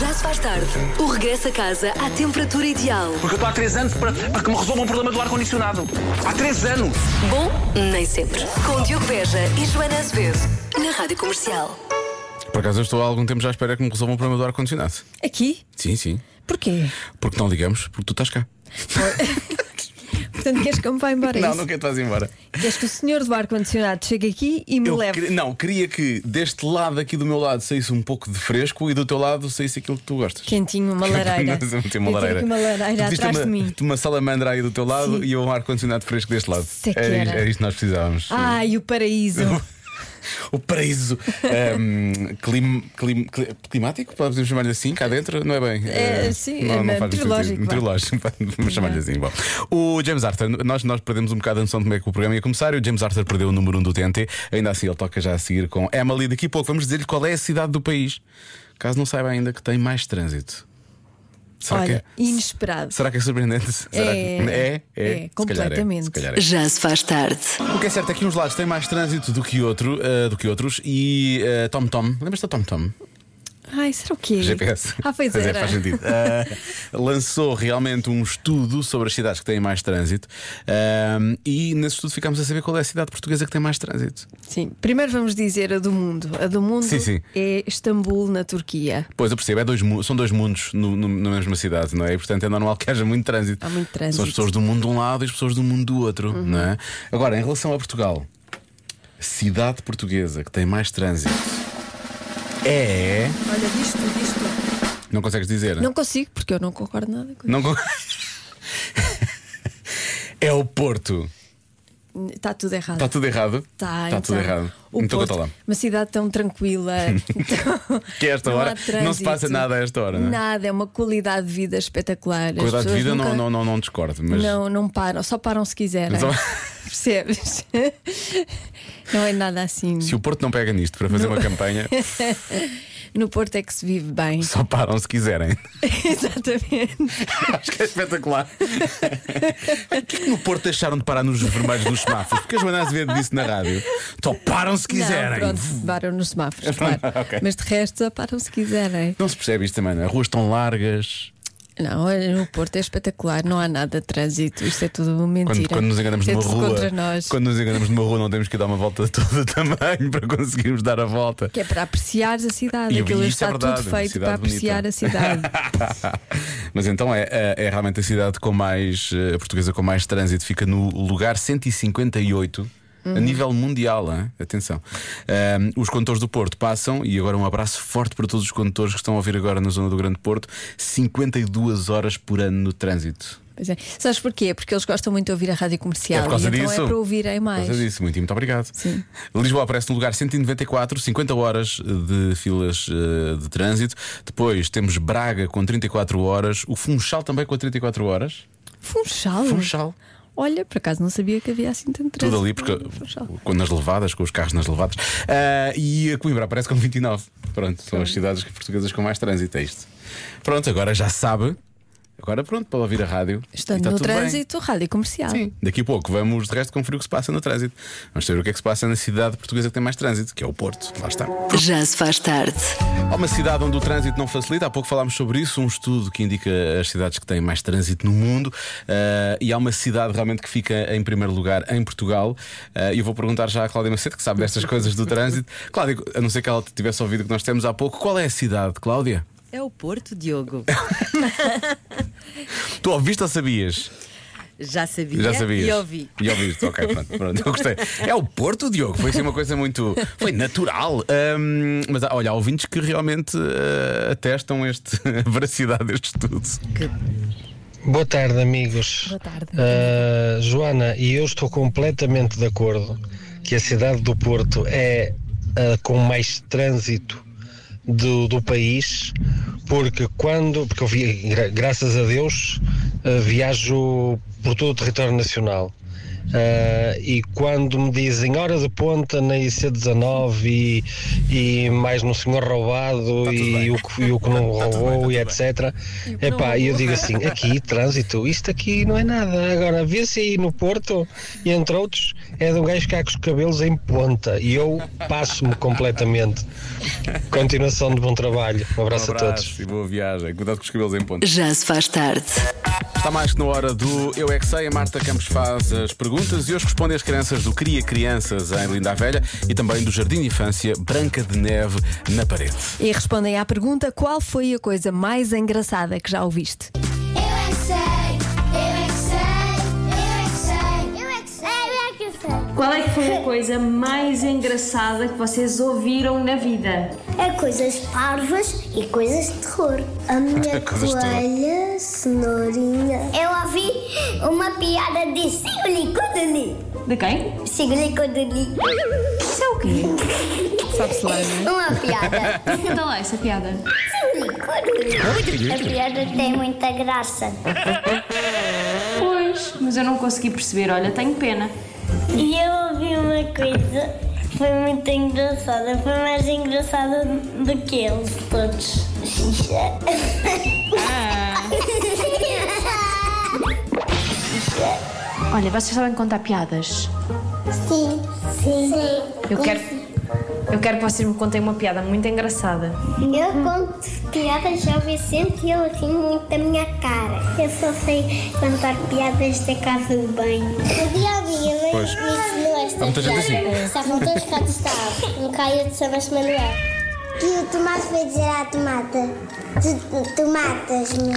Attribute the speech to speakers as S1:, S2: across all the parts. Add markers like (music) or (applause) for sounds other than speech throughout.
S1: Já se faz tarde. O regresso a casa à temperatura ideal.
S2: Porque eu estou há 3 anos para, para que me resolvam um problema do ar-condicionado. Há 3 anos!
S1: Bom, nem sempre. Com Diogo Beja e Joana Azevedo. Na Rádio Comercial.
S3: Por acaso eu estou há algum tempo já à espera que me resolvam o problema do ar-condicionado.
S4: Aqui?
S3: Sim, sim.
S4: Porquê?
S3: Porque não ligamos, porque tu estás cá.
S4: Portanto, queres que eu me vá embora? é
S3: não,
S4: isso?
S3: não quero estás embora.
S4: Queres que o senhor do ar-condicionado chegue aqui e me
S3: Eu
S4: leve?
S3: queria- não, queria que deste lado aqui do meu lado saísse um pouco de fresco e do teu lado saísse aquilo que tu gostas.
S4: Quentinho, uma lareira.
S3: Mas eu meti uma
S4: Eu tenho
S3: lareira.
S4: aqui uma lareira
S3: Tu viste
S4: atrás
S3: uma,
S4: de mim.
S3: tu Uma salamandra aí do teu lado
S4: Sim.
S3: e um ar-condicionado fresco deste lado.
S4: Isso é que
S3: Era,
S4: era. Ah,
S3: era isto que nós precisávamos.
S4: Ai, o
S3: (laughs)
S4: paraíso.
S3: O paraíso ehm, clim- clim- cli- climático, podemos chamar-lhe assim, cá dentro, não é bem?
S4: É,
S3: Eh,
S4: sim,
S3: não,
S4: é
S3: não
S4: bem,
S3: faz muito
S4: meteorológico,
S3: sentido.
S4: vá.
S3: Meteorológico, (laughs) vá, vamos chamar-lhe assim. Bom. O James Arthur, nós, nós perdemos um bocado a noção de como é que o programa ia começar. e O James Arthur perdeu o número 1 um do TNT, ainda assim ele toca já a seguir com Emily. Daqui a pouco vamos dizer-lhe qual é a cidade do país, caso não saiba ainda que tem mais trânsito. Será,
S4: Olha,
S3: que, é,
S4: inesperado.
S3: será que é surpreendente? Será que- é, é, Se calhar
S4: completamente.
S3: Se calhar é.
S1: Já se faz tarde.
S3: O que é certo é que uns lados têm mais trânsito do que, outro, eh, do que outros e eh, Tom Tom, lembras-te da Tom Tom?
S4: Ai, será o quê?
S3: GPS.
S4: Ah, pois
S3: é,
S4: era.
S3: faz sentido. Ah, lançou realmente um estudo sobre as cidades que têm mais trânsito ah, e nesse estudo ficámos a saber qual é a cidade portuguesa que tem mais trânsito.
S4: (laughs) Sim. Primeiro vamos dizer a do mundo. A do mundo
S3: Sim, sim.
S4: é Istambul, na Turquia.
S3: Pois eu percebo, é dois mu- são dois mundos no- no- na mesma cidade, não é? E portanto é normal que haja muito trânsito.
S4: Há muito trânsito.
S3: São
S4: Uhum.
S3: as pessoas do mundo de um lado e as pessoas do mundo do outro, não é? Agora, em relação a Portugal, cidade portuguesa que tem mais trânsito é.
S4: Olha, disto, disto.
S3: Não consegues dizer?
S4: Não consigo, porque eu não concordo nada com
S3: Não con- (laughs) é o Porto.
S4: isso. Está tudo errado.
S3: Está tudo errado?
S4: Tá,
S3: Está tudo
S4: então,
S3: errado.
S4: O
S3: então
S4: Porto,
S3: conta lá.
S4: Uma cidade
S3: (laughs)
S4: tão tranquila. então,
S3: Que a esta
S4: não há
S3: hora não se passa
S4: trânsito.
S3: nada a esta hora, não é?
S4: Nada, é uma qualidade de vida espetacular. As
S3: Qualidade de
S4: pessoas
S3: vida
S4: nunca-
S3: não, não, não, não discordo, mas.
S4: Não, não param, só param se quiserem.
S3: Só-
S4: (laughs) Percebes? (laughs) não é nada assim.
S3: Se o Porto não pega nisto para fazer uma
S4: (laughs)
S3: campanha,
S4: No Porto é que se vive bem. (laughs)
S3: só param se quiserem.
S4: Exatamente.
S3: (laughs) Acho que é espetacular. Porquê que no Porto deixaram de parar nos vermelhos dos semáforos? Porque a Joana Azevedo disse na rádio: só param se quiserem.
S4: Não, pronto, param nos semáforos, claro.
S3: (laughs) ok.
S4: Mas de resto, só param se quiserem.
S3: Não se percebe isto também, não é? Ruas tão largas.
S4: Não, olha, no Porto é espetacular, não há nada de trânsito, isto é tudo mentira.
S3: Quando, quando nos enganamos
S4: é
S3: numa
S4: tudo
S3: rua,
S4: contra nós.
S3: quando nos enganamos numa rua, não temos que dar uma volta de todo o (laughs) tamanho para conseguirmos dar a volta.
S4: Que é para apreciares a cidade.
S3: E eu-
S4: Aquilo
S3: e isso
S4: está
S3: é verdade,
S4: tudo
S3: uma
S4: feito
S3: cidade
S4: para apreciar
S3: bonita.
S4: a cidade.
S3: (laughs) Mas então é, é- é realmente a cidade com mais eh, a portuguesa com mais trânsito, fica no lugar 158. A nível mundial, hein? atenção. Ahm, os condutores do Porto passam, e agora um abraço forte para todos os condutores que estão a ouvir agora na zona do Grande Porto, 52 horas por ano no trânsito.
S4: Pois é. Sabes porquê? Porque eles gostam muito de ouvir a rádio comercial.
S3: É por causa
S4: e então
S3: disso?
S4: é para ouvirem
S3: Por
S4: mais.
S3: causa disso, muito, muito obrigado.
S4: Sim.
S3: Lisboa aparece no lugar 194, 50 horas de filas eh, de trânsito. Depois temos Braga com 34 horas, o Funchal também com 34 horas.
S4: Funchal.
S3: Funchal.
S4: Olha, por acaso não sabia que havia assim tanto
S3: Tudo
S4: trânsito
S3: ali, porque
S4: no Funchal.
S3: com- nas levadas, com os carros nas levadas. Ah, e a Coimbra aparece com 29. Pronto, são as cidades portuguesas com mais trânsito, é isto. Pronto, agora já sabe. Agora pronto, pode ouvir a rádio. E
S4: Estando
S3: está
S4: no
S3: tudo bem.
S4: trânsito, rádio comercial.
S3: Sim, daqui a pouco vamos de resto conferir o que se passa no trânsito. Vamos saber o que é que se passa na cidade portuguesa que tem mais trânsito, que é o Porto. Lá está.
S1: Já se faz tarde.
S3: Há uma cidade onde o trânsito não facilita, há pouco falámos sobre isso, um estudo que indica as cidades que têm mais trânsito no mundo, eh, e há uma cidade realmente que fica em primeiro lugar em Portugal. Eh, E eu vou perguntar já à Cláudia Macedo, que sabe destas (laughs) coisas do trânsito. Cláudia, a não ser que ela tivesse ouvido o que nós temos há pouco, qual é a cidade, Cláudia?
S5: É o Porto, Diogo.
S3: (laughs) Tu ouviste ou sabias?
S5: Já sabia.
S3: Já sabias.
S5: E ouvi.
S3: E ouviste, ok, pronto, pronto, eu gostei. É o Porto, Diogo, foi assim uma coisa muito. Foi natural. Ahm, mas há- olha, há ouvintes que realmente eh, atestam este, (laughs) a veracidade deste estudo.
S6: Boa tarde, amigos.
S4: Boa tarde.
S6: Ah, Joana, e eu estou completamente de acordo que a cidade do Porto é a com mais trânsito do, do país, porque quando. Porque eu vi, gra- graças a Deus, ah, viajo por todo o território nacional. Ah, e quando me dizem hora de ponta na IC19 e, e mais no senhor roubado e o, que- e o que (laughs) não roubou e etc.
S4: que não
S6: Epá, e
S4: roubou.
S6: eu digo assim, aqui trânsito, isto aqui não é nada. Agora vê-se aí no Porto e entre outros é de um gajo cá com os cabelos em ponta e eu passo-me completamente. Continuação de bom trabalho. Um abraço, a todos.
S3: e boa viagem. Cuidado com os cabelos em ponta.
S1: Já se faz tarde.
S3: Está mais que na hora do Eu É Que Sei. A Marta Campos faz as perguntas e hoje responde às crianças do Cria Crianças em Linda a Velha e também do Jardim de Infância Branca de Neve na Parede.
S7: E respondem à pergunta: qual foi a coisa mais engraçada que já ouviste?
S8: Eu é que sei, eu é que sei, eu é que sei, eu é que sei, eu é que sei, eu é que sei.
S9: Qual é que foi a coisa mais engraçada que vocês ouviram na vida?
S8: É coisas parvas e coisas de terror. A minha
S3: Coisas de terror.
S8: coelha, cenourinha. Eu ouvi uma piada de Siglicodoni.
S9: De quem?
S8: Siglicodoni.
S9: Isso é o quê?
S4: Sabe-se lá, não é?
S8: Uma piada.
S9: Canta lá essa piada.
S8: Siglicodoni. A piada tem muita graça.
S9: Pois, mas eu não consegui perceber. Olha, tenho pena.
S8: E eu ouvi uma coisa que foi muito engraçada. Foi mais engraçada do que eles todos. Xixa.
S9: Olha, vocês sabem contar piadas.
S8: (laughs) Sim, sim.
S9: Eu quero, eu quero que vocês me contem uma piada muito engraçada.
S8: Eu conto piadas ao Vicente e ele ri muito da minha cara. Eu só sei contar piadas da casa do banho. O dia a dia me
S3: Pois.
S8: ensinou esta
S3: Há muita gente assim. piada.
S8: Só faltou os ratos de tal. Um caio de chamas Manuel. E o Tomás foi dizer à tomata. Tu, tu matas-me.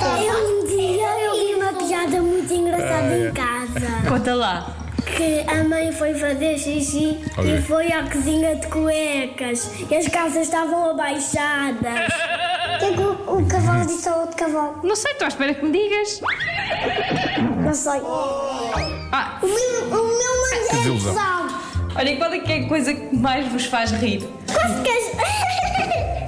S8: Eu um dia eu vi uma piada muito engraçada
S3: Ah, é.
S8: em casa
S9: Conta lá.
S8: que a mãe foi fazer xixi
S3: Ok.
S8: e foi à cozinha de cuecas e as calças estavam abaixadas. O que é que o, cavalo disse ao outro cavalo?
S9: Não sei, estou à espera que me digas.
S8: Não sei.
S9: Ah,
S8: O meu, o meu
S3: Oh. é desilusão.
S9: olha, qual é que é a coisa que mais vos faz rir?
S8: Cócegas.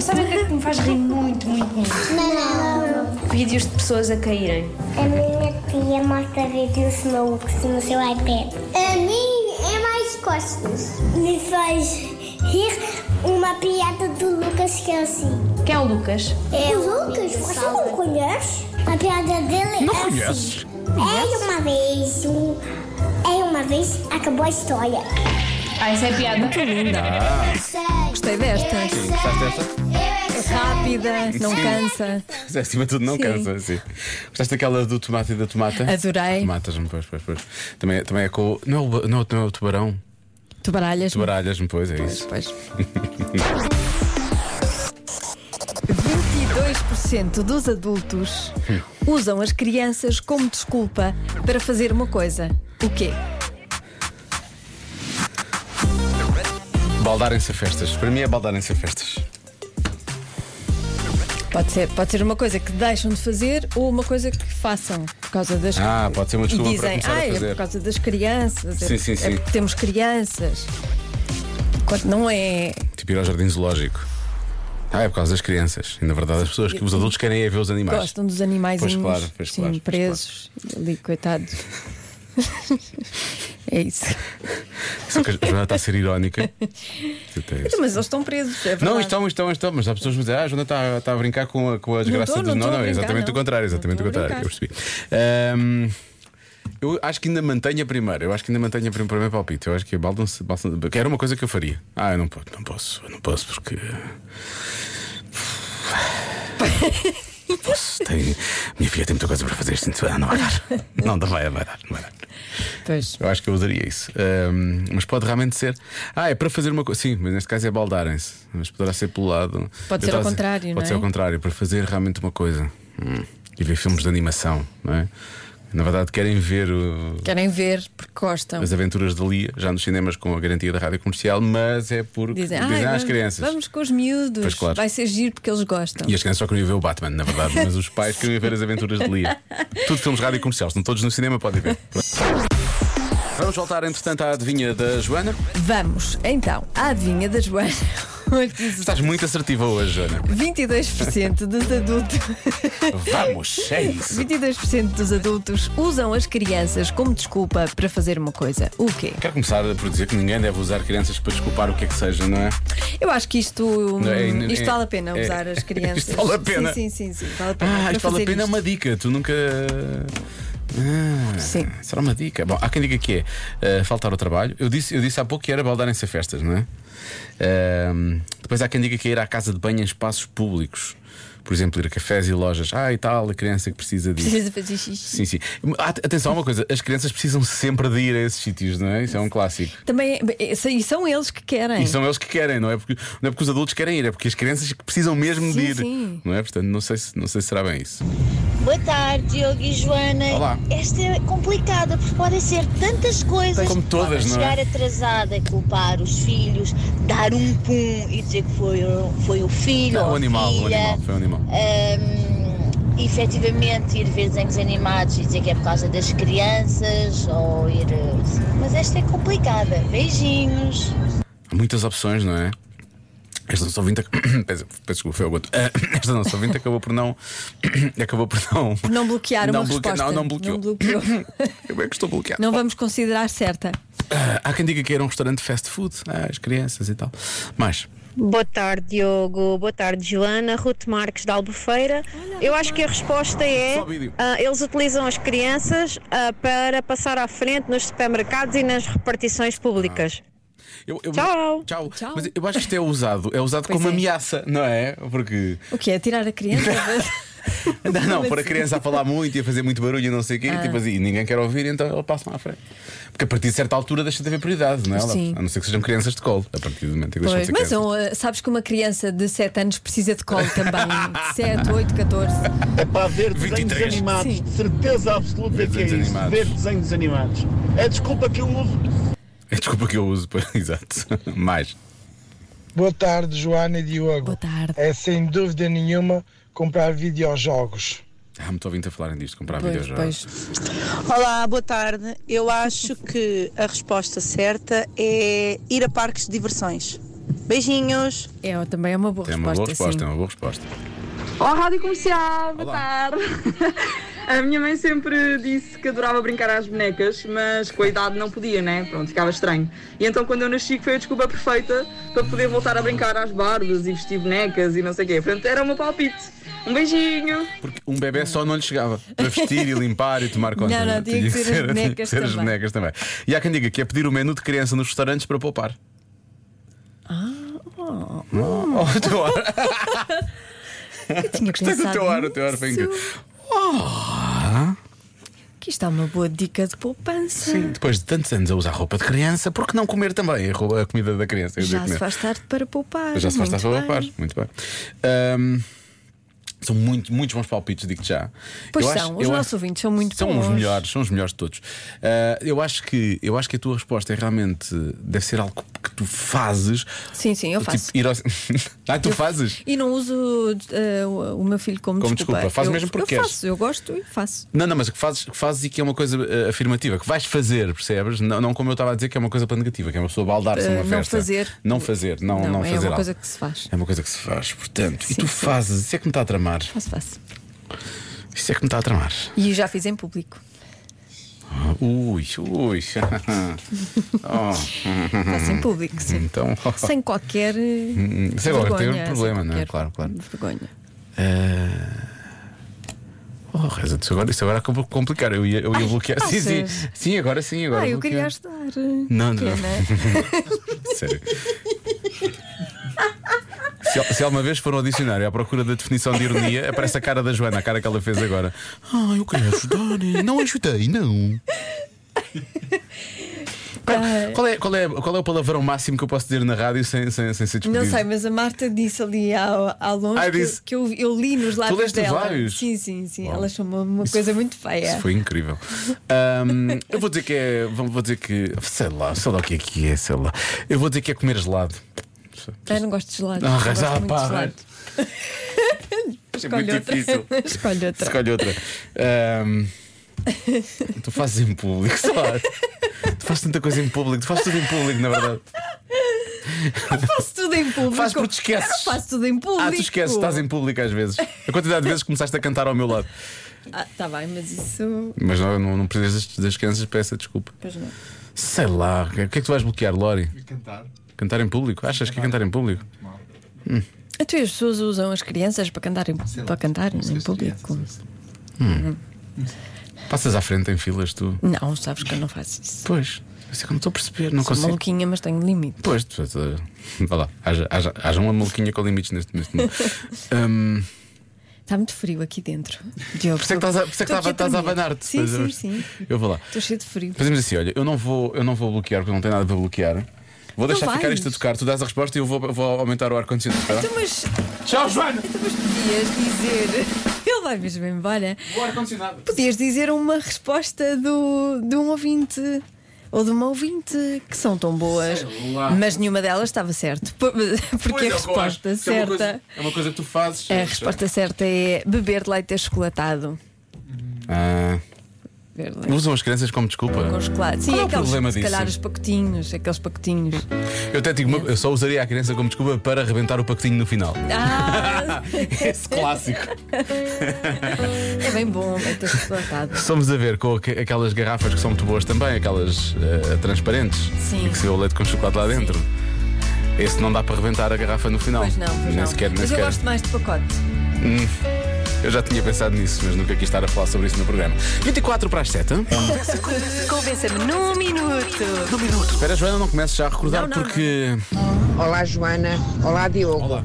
S9: Sabem o que é que me faz rir muito, muito,
S8: (laughs)
S9: muito?
S8: Não, não.
S9: Vídeos de pessoas a caírem.
S8: A minha tia mostra vídeos malucos no seu iPad. A mim é mais costas. Me faz rir uma piada do Lucas que é assim.
S9: Quem é o Lucas?
S8: É o Lucas, você não conhece? A piada dele não é
S3: conheces?
S8: Assim. É uma vez, um, é uma vez, acabou a história.
S9: Ah, essa é a piada.
S4: Gostei desta.
S8: É.
S3: Gostaste desta?
S4: Rápida, não cansa.
S3: Mas, é, Acima de tudo, não
S4: Sim.
S3: cansa. Sim. Gostaste daquela do tomate e da tomata?
S4: Adorei.
S3: Tomatas-me, pois, pois, pois. Também, também é com. o- Não é o, ba- não, é o- não é o tubarão?
S4: Tu baralhas.
S3: Tubaralhas-me, pois, é isso.
S4: Pois.
S7: 22% dos adultos usam as crianças como desculpa para fazer uma coisa. O quê?
S3: Baldarem-se a festas. Para mim é baldarem-se a festas.
S4: Pode ser, pode ser uma coisa que deixam de fazer ou uma coisa que façam por causa das
S3: Ah, pode ser uma
S4: E
S3: desculpa para
S4: dizem,
S3: começar
S4: ah,
S3: a
S4: é
S3: fazer.
S4: por causa das crianças, é-
S3: Sim, sim,
S4: é,
S3: sim.
S4: porque temos crianças. Quando não é.
S3: Tipo ir ao jardim zoológico. Ah, é por causa das crianças. E na verdade, as pessoas que os adultos querem é ver os animais.
S4: Gostam dos animais
S3: Pois claro, pois
S4: sim,
S3: claro, pois
S4: presos, ali, coitados. (laughs) é isso.
S3: Só que a Joana está a ser
S4: (laughs)
S3: irónica. Isto é isso.
S4: Então, Mas eles estão presos, é
S3: Não, então-
S4: verdade.
S3: estão, estão, estão, mas há pessoas que dizem, ah, a Joana está, está a brincar com a, com a desgraça
S4: estou,
S3: do. não,
S4: não estou a
S3: é
S4: brincar,
S3: exatamente o
S4: não.
S3: contrário,
S4: Não
S3: exatamente o
S4: estou a
S3: contrário, eu percebi. Ahm, eu acho que ainda mantenho a primeira, eu acho que ainda mantenho a prim- primeiro palpite. Eu acho que baldam-se. baldam-se- que era uma coisa que eu faria. Ah, eu não posso, não posso, eu não posso
S4: (laughs)
S3: porque. Não Posso, tem, minha filha tem muita coisa para fazer este fim de semana, não vai dar. Não, não vai, vai dar, não vai dar.
S4: Pois.
S3: Eu acho que eu usaria isso. Ahm, mas pode realmente ser. Ah, é para fazer uma coisa. Sim, mas neste caso é baldarem-se. Mas poderá ser pelo lado.
S4: Pode
S3: Eu
S4: ser
S3: tava a
S4: ao
S3: dizer-
S4: contrário, não
S3: Pode ser
S4: é?
S3: ao contrário, para fazer realmente uma coisa. Hum. E ver filmes de animação, não é? Na verdade, querem ver o-
S4: Querem ver porque gostam.
S3: as aventuras de Lia, já nos cinemas com a garantia da rádio comercial, mas é porque
S4: Dizem,
S3: dizem,
S4: "Ai,
S3: às
S4: vamos,
S3: crianças.
S4: vamos com os miúdos,
S3: Pois claro.
S4: vai ser giro porque eles gostam.
S3: E as crianças só queriam ver o Batman, na verdade, mas os pais queriam ver as aventuras de
S4: (laughs)
S3: Lia. Tudo filmes rádio comerciais, estão todos no cinema, podem ver. Vamos voltar, entretanto, à adivinha da Joana.
S4: (laughs)
S7: Vamos então à adivinha da Joana.
S4: é
S3: Estás muito assertiva hoje, Joana.
S4: 22% dos adultos.
S3: (laughs) Vamos, é isso.
S4: 22% dos adultos usam as crianças como desculpa para fazer uma coisa. O quê?
S3: Quero começar por dizer que ninguém deve usar crianças para desculpar o que é que seja, não é?
S4: Eu acho que isto, hum,
S3: Não, é-
S4: isto
S3: é-
S4: vale a pena
S3: é-
S4: usar
S3: (laughs)
S4: as
S3: isto
S4: crianças.
S3: vale a pena.
S4: Sim, sim, sim, sim, vale a pena.
S3: Ah,
S4: Para
S3: isto vale
S4: fazer
S3: a pena é
S4: isto.
S3: uma dica, tu nunca. Ah,
S4: Sim.
S3: Será uma dica. Bom, há quem diga que é ah, faltar ao trabalho. Eu disse, eu disse há pouco que era baldarem-se a festas, não é? Ahm, depois há quem diga que é ir à casa de banho em espaços públicos. Por exemplo, ir a cafés e lojas. Ah, e tal, a criança que precisa disso.
S4: (laughs) Precisa fazer xixi.
S3: Sim, sim. Ah, at- Atenção a uma coisa: as crianças precisam sempre de ir a esses sítios, não é? Isso é um clássico.
S4: Também é- e e são eles que querem.
S3: E são eles que querem, não é? Porque, não é porque os adultos querem ir, é porque as crianças que precisam mesmo de
S4: Sim,
S3: ir.
S4: sim.
S3: Não é? Portanto, não sei, se, não sei se será bem isso.
S10: Boa tarde, Diogo e Joana.
S3: Olá.
S10: Esta é complicada porque podem ser tantas coisas.
S3: Como todas,
S10: Podem
S3: não é?
S10: Chegar atrasada, culpar os filhos, dar um pum e dizer que foi, o- foi o filho.
S3: Não, o
S10: ou a
S3: É um animal, o
S10: filha.
S3: animal, foi o animal.
S10: Ahm, efetivamente, ir ver desenhos animados e dizer que é por causa das crianças ou ir. Mas esta é complicada. Beijinhos.
S3: Há muitas opções, não é? Esta nossa ouvinte. (coughs) Peço peço desculpa, foi o outro. (coughs) Esta nossa ouvinte acabou por não. (coughs) Acabou por não.
S4: Por não bloquear
S3: não
S4: uma
S3: bloquear-
S4: resposta.
S3: Não, não bloqueou.
S4: Não
S3: (laughs)
S4: bloqueou.
S3: Eu é que estou bloqueado.
S4: Não vamos considerar certa.
S3: Há quem diga que era um restaurante de fast food, ah, as crianças e tal. Mas.
S10: Boa tarde, Diogo. Boa tarde, Joana. Ruth Marques da Albufeira. Eu acho que a resposta é:
S3: Só vídeo.
S10: ah, eles utilizam as crianças ah, para passar à frente nos supermercados e nas repartições públicas.
S3: Eu, eu-
S10: Tchau.
S3: tchau!
S4: Tchau.
S3: Mas eu acho que isto é usado, é usado
S4: Pois
S3: como
S4: é.
S3: ameaça, não é? Porque.
S4: O que é? Tirar a criança?
S3: Não, não,
S4: Como
S3: pôr a
S4: assim?
S3: criança a falar muito e a fazer muito barulho e não sei o quê,
S4: Ah.
S3: tipo assim, e ninguém quer ouvir, então ela passa à frente. Porque a partir de certa altura deixa de haver prioridade, não é? Ela-
S4: Sim.
S3: A não ser que sejam crianças de colo, a partir do momento em que deixam de
S4: Pois,
S3: ser crianças.
S4: mas um, eh, sabes que uma criança de 7 anos precisa de colo
S3: (laughs)
S4: também. 7, 8, 14.
S6: É para ver desenhos
S3: 23.
S6: animados.
S4: Sim.
S6: Certeza absoluta
S3: Ver
S6: que é
S3: desenhos
S6: isso.
S3: animados.
S6: Ver desenhos animados. É a desculpa que eu uso.
S3: (laughs) É desculpa que eu uso, pois, (laughs) exato. Mais.
S6: Boa tarde, Joana e Diogo.
S4: Boa tarde.
S6: É sem dúvida nenhuma comprar videojogos.
S3: Há muito Ah, ouvindo a falarem disto, comprar
S4: Pois,
S3: videojogos.
S4: pois.
S10: Olá, boa tarde. Eu acho que a resposta certa é ir a parques de diversões. Beijinhos.
S4: É, também é uma boa
S3: É uma
S4: resposta.
S3: boa resposta, é
S4: sim.
S3: uma boa resposta.
S9: Olá, Rádio Comercial, boa
S3: Olá.
S9: tarde. (laughs) A minha mãe sempre disse que adorava brincar às bonecas, mas com a idade não podia, né? Pronto, ficava estranho. E então quando eu nasci que foi a desculpa perfeita para poder voltar a brincar às barbas e vestir bonecas e não sei o quê. Portanto, era o meu palpite. Um beijinho.
S3: Porque um bebê só não lhe chegava para vestir e limpar e tomar conta.
S4: Não, não, tinha que ser as
S3: tinha
S4: bonecas
S3: que ser as
S4: também.
S3: bonecas também. E há quem diga que é pedir o menu de criança nos restaurantes para poupar. Ah, oh, o teu ar, (laughs)
S4: Tinha
S3: gostei do
S4: pensado
S3: teu ar, o teu ar Oh, foi
S4: nisso.
S3: incrível.
S4: Aqui está uma boa dica de poupança.
S3: Sim, depois de tantos anos a usar roupa de criança, por que não comer também a ro- a comida da criança? Eu
S4: Já
S3: digo
S4: se
S3: mesmo.
S4: faz tarde para poupar.
S3: Já se faz estar
S4: Muito
S3: a par.
S4: bem.
S3: Muito bem. Ahm, são muito, muitos bons palpites, digo-te já.
S4: Pois
S3: Eu
S4: são, os
S3: eu
S4: nossos ouvintes são muito
S3: são
S4: bons.
S3: os melhores, são os melhores de todos. Ah, eu, acho que, eu acho que a tua resposta é realmente deve ser algo que tu fazes.
S4: Sim, sim, eu faço.
S3: Tipo, ir ao... (laughs) ah, tu fazes?
S4: E não uso eh, o- o meu filho como,
S3: Como
S4: desculpa.
S3: desculpa. Faz
S4: eu,
S3: mesmo porque
S4: eu
S3: queres.
S4: faço, eu gosto e faço.
S3: Não, não, mas que fazes, que fazes e que é uma coisa ah, afirmativa, que vais fazer, percebes? Não, não como eu estava a dizer, que é uma coisa para negativa, que é uma pessoa baldar-se
S4: Eh,
S3: numa
S4: não
S3: festa.
S4: fazer.
S3: Não fazer, não, não,
S4: é
S3: fazer
S4: uma
S3: algo.
S4: coisa que se faz.
S3: É uma coisa que se faz, portanto. e
S4: Sim,
S3: tu
S4: sim.
S3: fazes, isso é que me está a tramar.
S4: Faço, faço.
S3: Isso é que me está a tramar.
S4: E já fiz em público.
S3: Ui, ui.
S4: (laughs)
S3: Oh,
S4: Faço em público, sim.
S3: então. (laughs)
S4: Sem qualquer. eh,
S3: Sei lá, tem um
S4: vergonha,
S3: problema,
S4: sem
S3: não é?
S4: qualquer
S3: Claro, claro.
S4: Vergonha.
S3: Oh, É. reza, isso agora, isso agora acabou de complicar. Eu ia, eu ia bloquear. Sim, sim.
S4: achas?
S3: Sim, agora sim. Agora
S4: Ah, tá eu queria
S3: bloquear.
S4: ajudar.
S3: Não, não. (laughs)
S4: Pena.
S3: Sério. Se, al- se alguma vez for ao dicionário à procura da definição de ironia, aparece a cara da Joana, a cara que ela fez agora. Ah, eu queria ajudar. Não ajudei,
S4: (laughs)
S3: não. Qual,
S4: Ah.
S3: qual é, qual, é, qual é o palavrão máximo que eu posso dizer na rádio sem, sem, sem ser despedido?
S4: Não sei, mas a Marta disse ali ao, ao longe
S3: Ah,
S4: que,
S3: disse?
S4: que eu, eu li nos lábios
S3: leste nos
S4: dela.
S3: lábios?
S4: Sim, sim, sim.
S3: Uau.
S4: Ela chamou uma
S3: Isso
S4: coisa
S3: foi-
S4: muito feia.
S3: Isso foi incrível. Ahm, eu vou dizer que é. Vou vou dizer que. Sei lá, sei lá o que é que é, sei lá. Eu vou dizer que é comer gelado.
S4: Ah, não gosto de gelado.
S3: Ah,
S4: Não gosto
S3: já,
S4: muito
S3: pá.
S4: de gelado.
S3: (laughs) É
S4: Escolhe outra. (laughs) Escolhe outra.
S3: Escolhe outra. Ahm, tu Ah, fazes em público, sei lá. Tu fazes tanta coisa em público, tu fazes tudo em público, na verdade.
S7: Eu faço tudo em público.
S3: Faz porque te esqueces.
S7: Eu não faço tudo em público.
S3: Ah, tu esqueces, estás em público às vezes. A quantidade de vezes que começaste a cantar ao meu lado.
S7: Ah, tá bem, mas isso.
S3: Mas não, não, não precisas das, das crianças para essa desculpa.
S7: Pois não.
S3: Sei lá, o que é que tu vais bloquear, Lori?
S11: Cantar.
S3: Cantar em público? Achas que é cantar em público?
S4: Então as pessoas usam as crianças para cantar em, para cantar em público.
S3: Hum. Passas à frente em filas, tu?
S4: Não, sabes que eu não faço isso.
S3: Pois, isso é que eu não estou a perceber, não
S4: Sou
S3: consigo.
S4: maluquinha, mas tenho limite.
S3: Pois, tu, tu, vá lá, haja, haja, haja uma maluquinha com limites neste, neste mundo. Hum,
S4: Está muito frio aqui dentro. Diogo,
S3: por isso é que estás a, por isso é que
S4: Estou
S3: estava-
S4: aqui
S3: estás a
S4: tremer.
S3: abanar-te.
S4: Sim,
S3: Mas eu-
S4: sim, sim.
S3: Eu vou lá.
S4: Estou cheio de frio.
S3: Fazemos assim, olha, eu não vou, eu não vou bloquear porque não tem nada para bloquear. Vou
S4: Não
S3: deixar ficar
S4: vais.
S3: isto a tocar, tu dás a resposta e eu vou, vou aumentar o ar-condicionado. tá bem?
S4: Então, mas,
S3: Tchau, Joana!
S4: então, mas podias dizer. (laughs) Ele vai mesmo embora.
S3: O ar-condicionado.
S4: Podias dizer uma resposta do, de um ouvinte. Ou de uma ouvinte que são tão boas,
S3: Sei lá.
S4: mas nenhuma delas estava certa. (laughs) Porque a resposta
S3: É uma,
S4: certa.
S3: coisa, é uma coisa que tu fazes.
S4: A resposta certa é beber leite achocolatado.
S3: Ah,
S4: Beber leite
S3: usam as crianças como desculpa.
S4: com chocolate. Sim,
S3: Qual é o
S4: aqueles,
S3: problema
S4: se
S3: disso?
S4: calhar os pacotinhos, aqueles pacotinhos.
S3: Eu até digo, uma- eu só usaria a criança como desculpa para arrebentar o pacotinho no
S4: (laughs)
S3: final.
S4: Ah,
S3: Esse clássico.
S4: é bem bom, leite achocolatado.
S3: Somos a ver com aque- aquelas garrafas que são muito boas também, aquelas eh, transparentes,
S4: Sim.
S3: e que se vê o leite com chocolate lá dentro. Esse não dá para arrebentar a garrafa no final.
S4: Pois não, pois
S3: nem
S4: não.
S3: sequer, nem
S4: mas eu
S3: sequer.
S4: gosto mais de pacote.
S3: Eu já tinha pensado nisso, mas nunca quis estar a falar sobre isso no programa. 24 para as
S4: (laughs)
S3: 7.
S4: Convença-me num minuto.
S2: No minuto.
S3: Espera, Joana, não comeces já a recordar
S4: Não, não,
S3: porque.
S12: Olá, Joana. Olá, Diogo.
S3: Olá.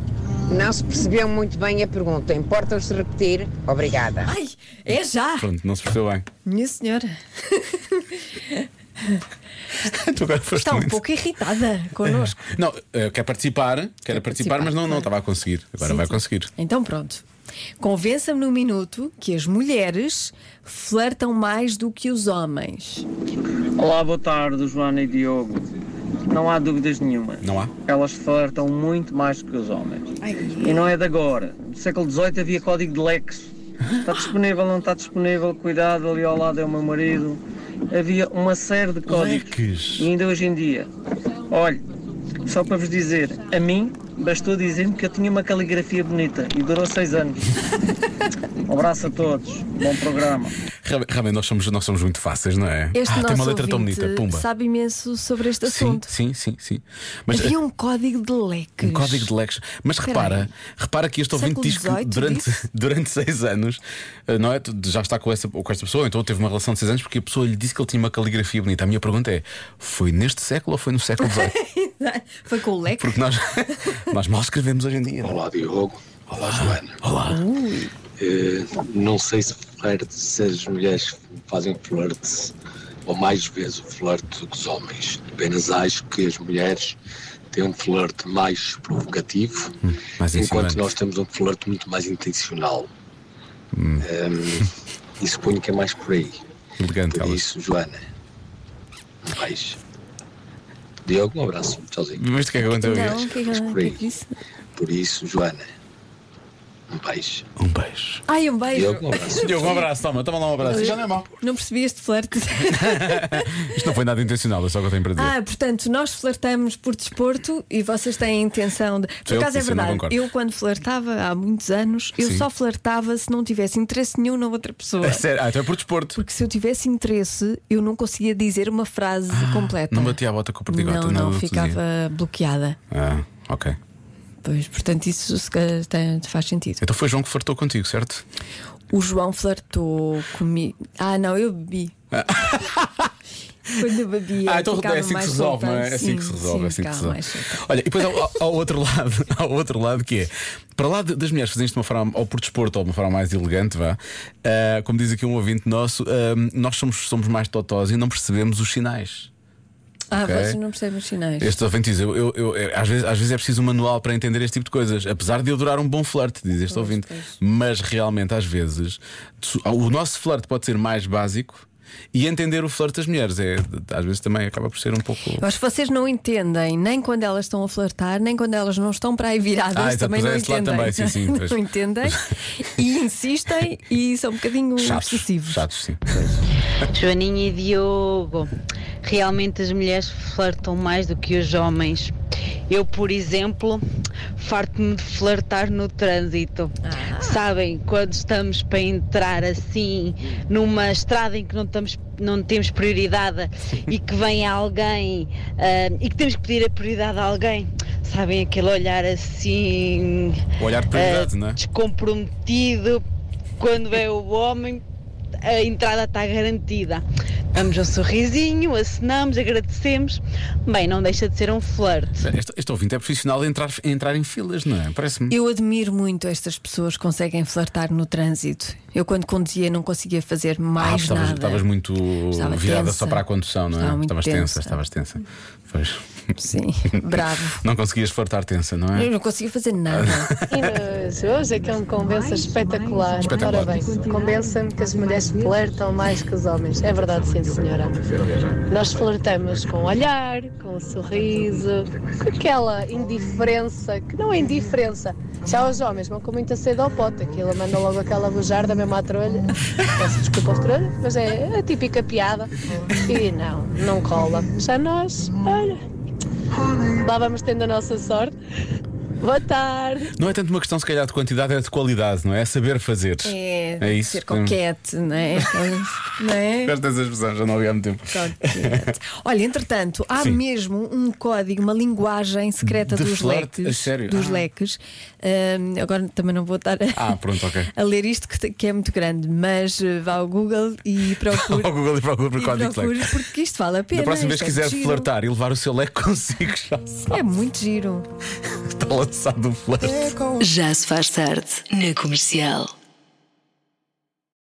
S12: Não se percebeu muito bem a pergunta. Importam-se repetir? Obrigada.
S4: Ai, é já!
S3: Pronto, não se percebeu
S4: (laughs)
S3: bem. (laughs)
S4: Minha senhora,
S3: tu agora foste
S4: está um
S3: muito-
S4: pouco irritada connosco.
S3: Não, eh, quer participar, quer participar,
S4: participar,
S3: mas não, não
S4: claro.
S3: estava a conseguir. Agora
S4: Sim,
S3: vai
S4: sim.
S3: conseguir.
S4: Então pronto. Convença-me num minuto que as mulheres flertam mais do que os homens.
S13: Olá, boa tarde, Joana e Diogo. Não há dúvidas nenhuma.
S3: Não há?
S13: Elas flertam muito mais que os homens.
S4: Ai,
S13: E não é de agora. No século XVIII havia código de lex. Está disponível, não está disponível, cuidado, ali ao lado é o meu marido. Havia uma série de códigos.
S3: Leques.
S13: E ainda hoje em dia. Olha, só para vos dizer, a mim bastou dizer-me que eu tinha uma caligrafia bonita e durou seis anos. Um abraço a todos. Bom programa.
S3: Realmente, realmente nós, somos, nós somos muito fáceis, não é?
S4: Este
S3: Ah,
S4: nosso
S3: tem uma letra tão
S4: ouvinte
S3: bonita, pumba.
S4: sabe imenso sobre este
S3: sim,
S4: assunto.
S3: sim, sim, sim. Mas
S4: Havia
S3: eh,
S4: um código de leques.
S3: um código de leques. Mas
S4: Espera
S3: repara,
S4: aí.
S3: repara que este ouvinte
S4: Século
S3: diz que
S4: XVIII
S3: durante,
S4: disse?
S3: (laughs) durante seis anos eh, não é, Tu já está com essa, ou com esta pessoa, ou então teve uma relação de seis anos porque a pessoa lhe disse que ele tinha uma caligrafia bonita. A minha pergunta é: foi neste século ou foi no século XVIII?
S4: (laughs) Foi com o leque?
S3: Porque nós, (laughs) nós mal escrevemos hoje em dia. é?
S14: Olá, Diogo. Olá, Joana.
S3: Olá.
S14: Eh, não sei se, flerte, se as mulheres fazem flerte ou mais vezes o flerte do que os homens. Apenas acho que as mulheres têm um flerte mais provocativo,
S3: mais
S14: enquanto
S3: insinuante.
S14: nós temos um flerte muito mais intencional. Eh, e suponho que é mais por aí.
S3: Elegante,
S14: Por
S3: ela.
S14: isso, Joana. Um beijo. Diogo, um abraço. Tchauzinho.
S3: Mas o que é que aconteceu?
S14: Não.
S4: Não, o que é que- o que é que disse?
S14: Por isso, Joana. Um beijo.
S3: Um beijo.
S4: Ai, um beijo.
S14: Diogo, um abraço.
S3: Diogo, um abraço, toma, toma lá um abraço. Já não é mau.
S4: Não percebi este
S3: (laughs)
S4: flerte. (laughs)
S3: Isto não foi nada intencional, é só o que eu tenho para dizer.
S4: Ah, portanto, nós flertamos por desporto e vocês têm a intenção de. Por
S3: Eu
S4: acaso é
S3: disse, eu não
S4: verdade.
S3: concordo.
S4: Eu, quando flertava há muitos anos, eu
S3: Sim.
S4: só flertava se não tivesse interesse nenhum na outra pessoa.
S3: É sério, ah, então é por desporto.
S4: Porque se eu tivesse interesse, eu não conseguia dizer uma frase completa.
S3: Ah, Não batia a bota com o perdigota,
S4: Não,
S3: não,
S4: não,
S3: não dizia.
S4: ficava bloqueada.
S3: Ah, ok.
S4: Pois, portanto, isso se calhar tem- faz sentido.
S3: Então foi João que fartou contigo, certo?
S4: O João flertou comigo. Ah, não, eu bebi. Quando eu bebia.
S3: Ah, então
S4: ficava
S3: é assim que
S4: mais
S3: se resolve, não
S4: solta.
S3: é? É assim que se
S4: Sim,
S3: resolve,
S4: sim,
S3: é assim que se
S4: ficava
S3: resolve.
S4: mais solta.
S3: Olha, e depois ao, ao- ao outro (laughs) lado, ao outro lado que é, para lá de- das mulheres fazerem isto de uma forma, ou por desporto, ou de uma forma mais elegante, vá, ah, como diz aqui um ouvinte nosso, ah, nós somos, somos mais totós e não percebemos os sinais.
S4: Ah,
S3: Ok.
S4: vocês não percebem os sinais.
S3: Estes ouvintes, dizem, eu, eu- eu- eu- às, vezes, às vezes é preciso um manual para entender este tipo de coisas, apesar de eu durar um bom flerte, diz este ouvinte. Mas realmente, às vezes, tu- o nosso flerte pode ser mais básico e entender o flerte das mulheres. É, às vezes também acaba por ser um pouco.
S4: Eu acho que vocês não entendem, nem quando elas estão a flertar, nem quando elas não estão para aí viradas,
S3: Ah, exato,
S4: também
S3: pois é,
S4: não
S3: esse lado
S4: entendem.
S3: também, sim,
S4: (laughs)
S3: sim,
S4: não
S3: pois.
S4: entendem e insistem e são um bocadinho
S3: Chatos,
S4: obsessivos.
S3: chatos, sim.
S15: Joaninha e Diogo, realmente as mulheres flertam mais do que os homens.
S1: Eu, por exemplo, farto-me de flertar no trânsito. Ah. Sabem, quando estamos para entrar assim numa estrada em que não, estamos, não temos prioridade e que vem alguém ah, e que temos que pedir a prioridade a alguém, sabem aquele olhar assim.
S3: O olhar de prioridade,
S1: ah,
S3: não é?
S1: Descomprometido quando é o homem a entrada está garantida. Damos um sorrisinho, assinamos, agradecemos. Bem, não deixa de ser um flerte.
S3: Este, este ouvinte é profissional a entrar, a entrar em filas, não é? Parece-me.
S4: Eu admiro muito estas pessoas que conseguem flertar no trânsito. Eu, quando conduzia, não conseguia fazer mais
S3: ah, estavas,
S4: nada.
S3: Estavas muito
S4: Estava
S3: virada
S4: tensa.
S3: só para a condução, não é?
S4: Estava muito
S3: estavas tensa,
S4: tensa.
S3: estavas tensa. Pois.
S4: Sim, (laughs) bravo.
S3: Não conseguias fartar tensa, não
S4: Eu
S3: é?
S4: não conseguia fazer
S3: (laughs)
S4: nada.
S10: Inês, hoje aquele me convença espetacular.
S3: Espetacular.
S10: Ora bem, convença-me que as mulheres flertam mais que os homens. É verdade, sim, senhora. Nós flertamos com o olhar, com o sorriso, com aquela indiferença, que não é indiferença. Já os homens vão com muita sede ao pote, aquilo manda logo aquela bujarda mesmo à trolha. Peço desculpa ao trolha, mas é a típica piada. E não, não cola. Já nós, olha, lá vamos tendo a nossa sorte. Boa tarde.
S3: Não é tanto uma questão, se calhar, de quantidade, é de qualidade, não é? É saber fazer.
S4: É,
S3: é isso.
S4: ser coquete, não é? não é?
S3: Gosto dessa expressão, já não ouvi há muito tempo.
S4: Coquete. Olha, entretanto, há
S3: Sim.
S4: mesmo um código, uma linguagem secreta
S3: De
S4: dos
S3: flerte?
S4: leques.
S3: A sério?
S4: Dos
S3: Ah.
S4: leques. Ahm, agora também não vou estar a,
S3: Ah, pronto, ok.
S4: (laughs) a ler isto que, te- que é muito grande, mas eh, vá ao Google e procure.
S3: (laughs) Ao Google e procura por
S4: e
S3: código de
S4: procure,
S3: leque.
S4: porque isto vale a pena.
S3: Da próxima vez
S4: isto
S3: que
S4: é
S3: quiser
S4: giro.
S3: flertar e levar o seu leque consigo, já
S4: É muito giro. É,
S3: está lançado o flerte.
S16: Já se faz tarde na comercial.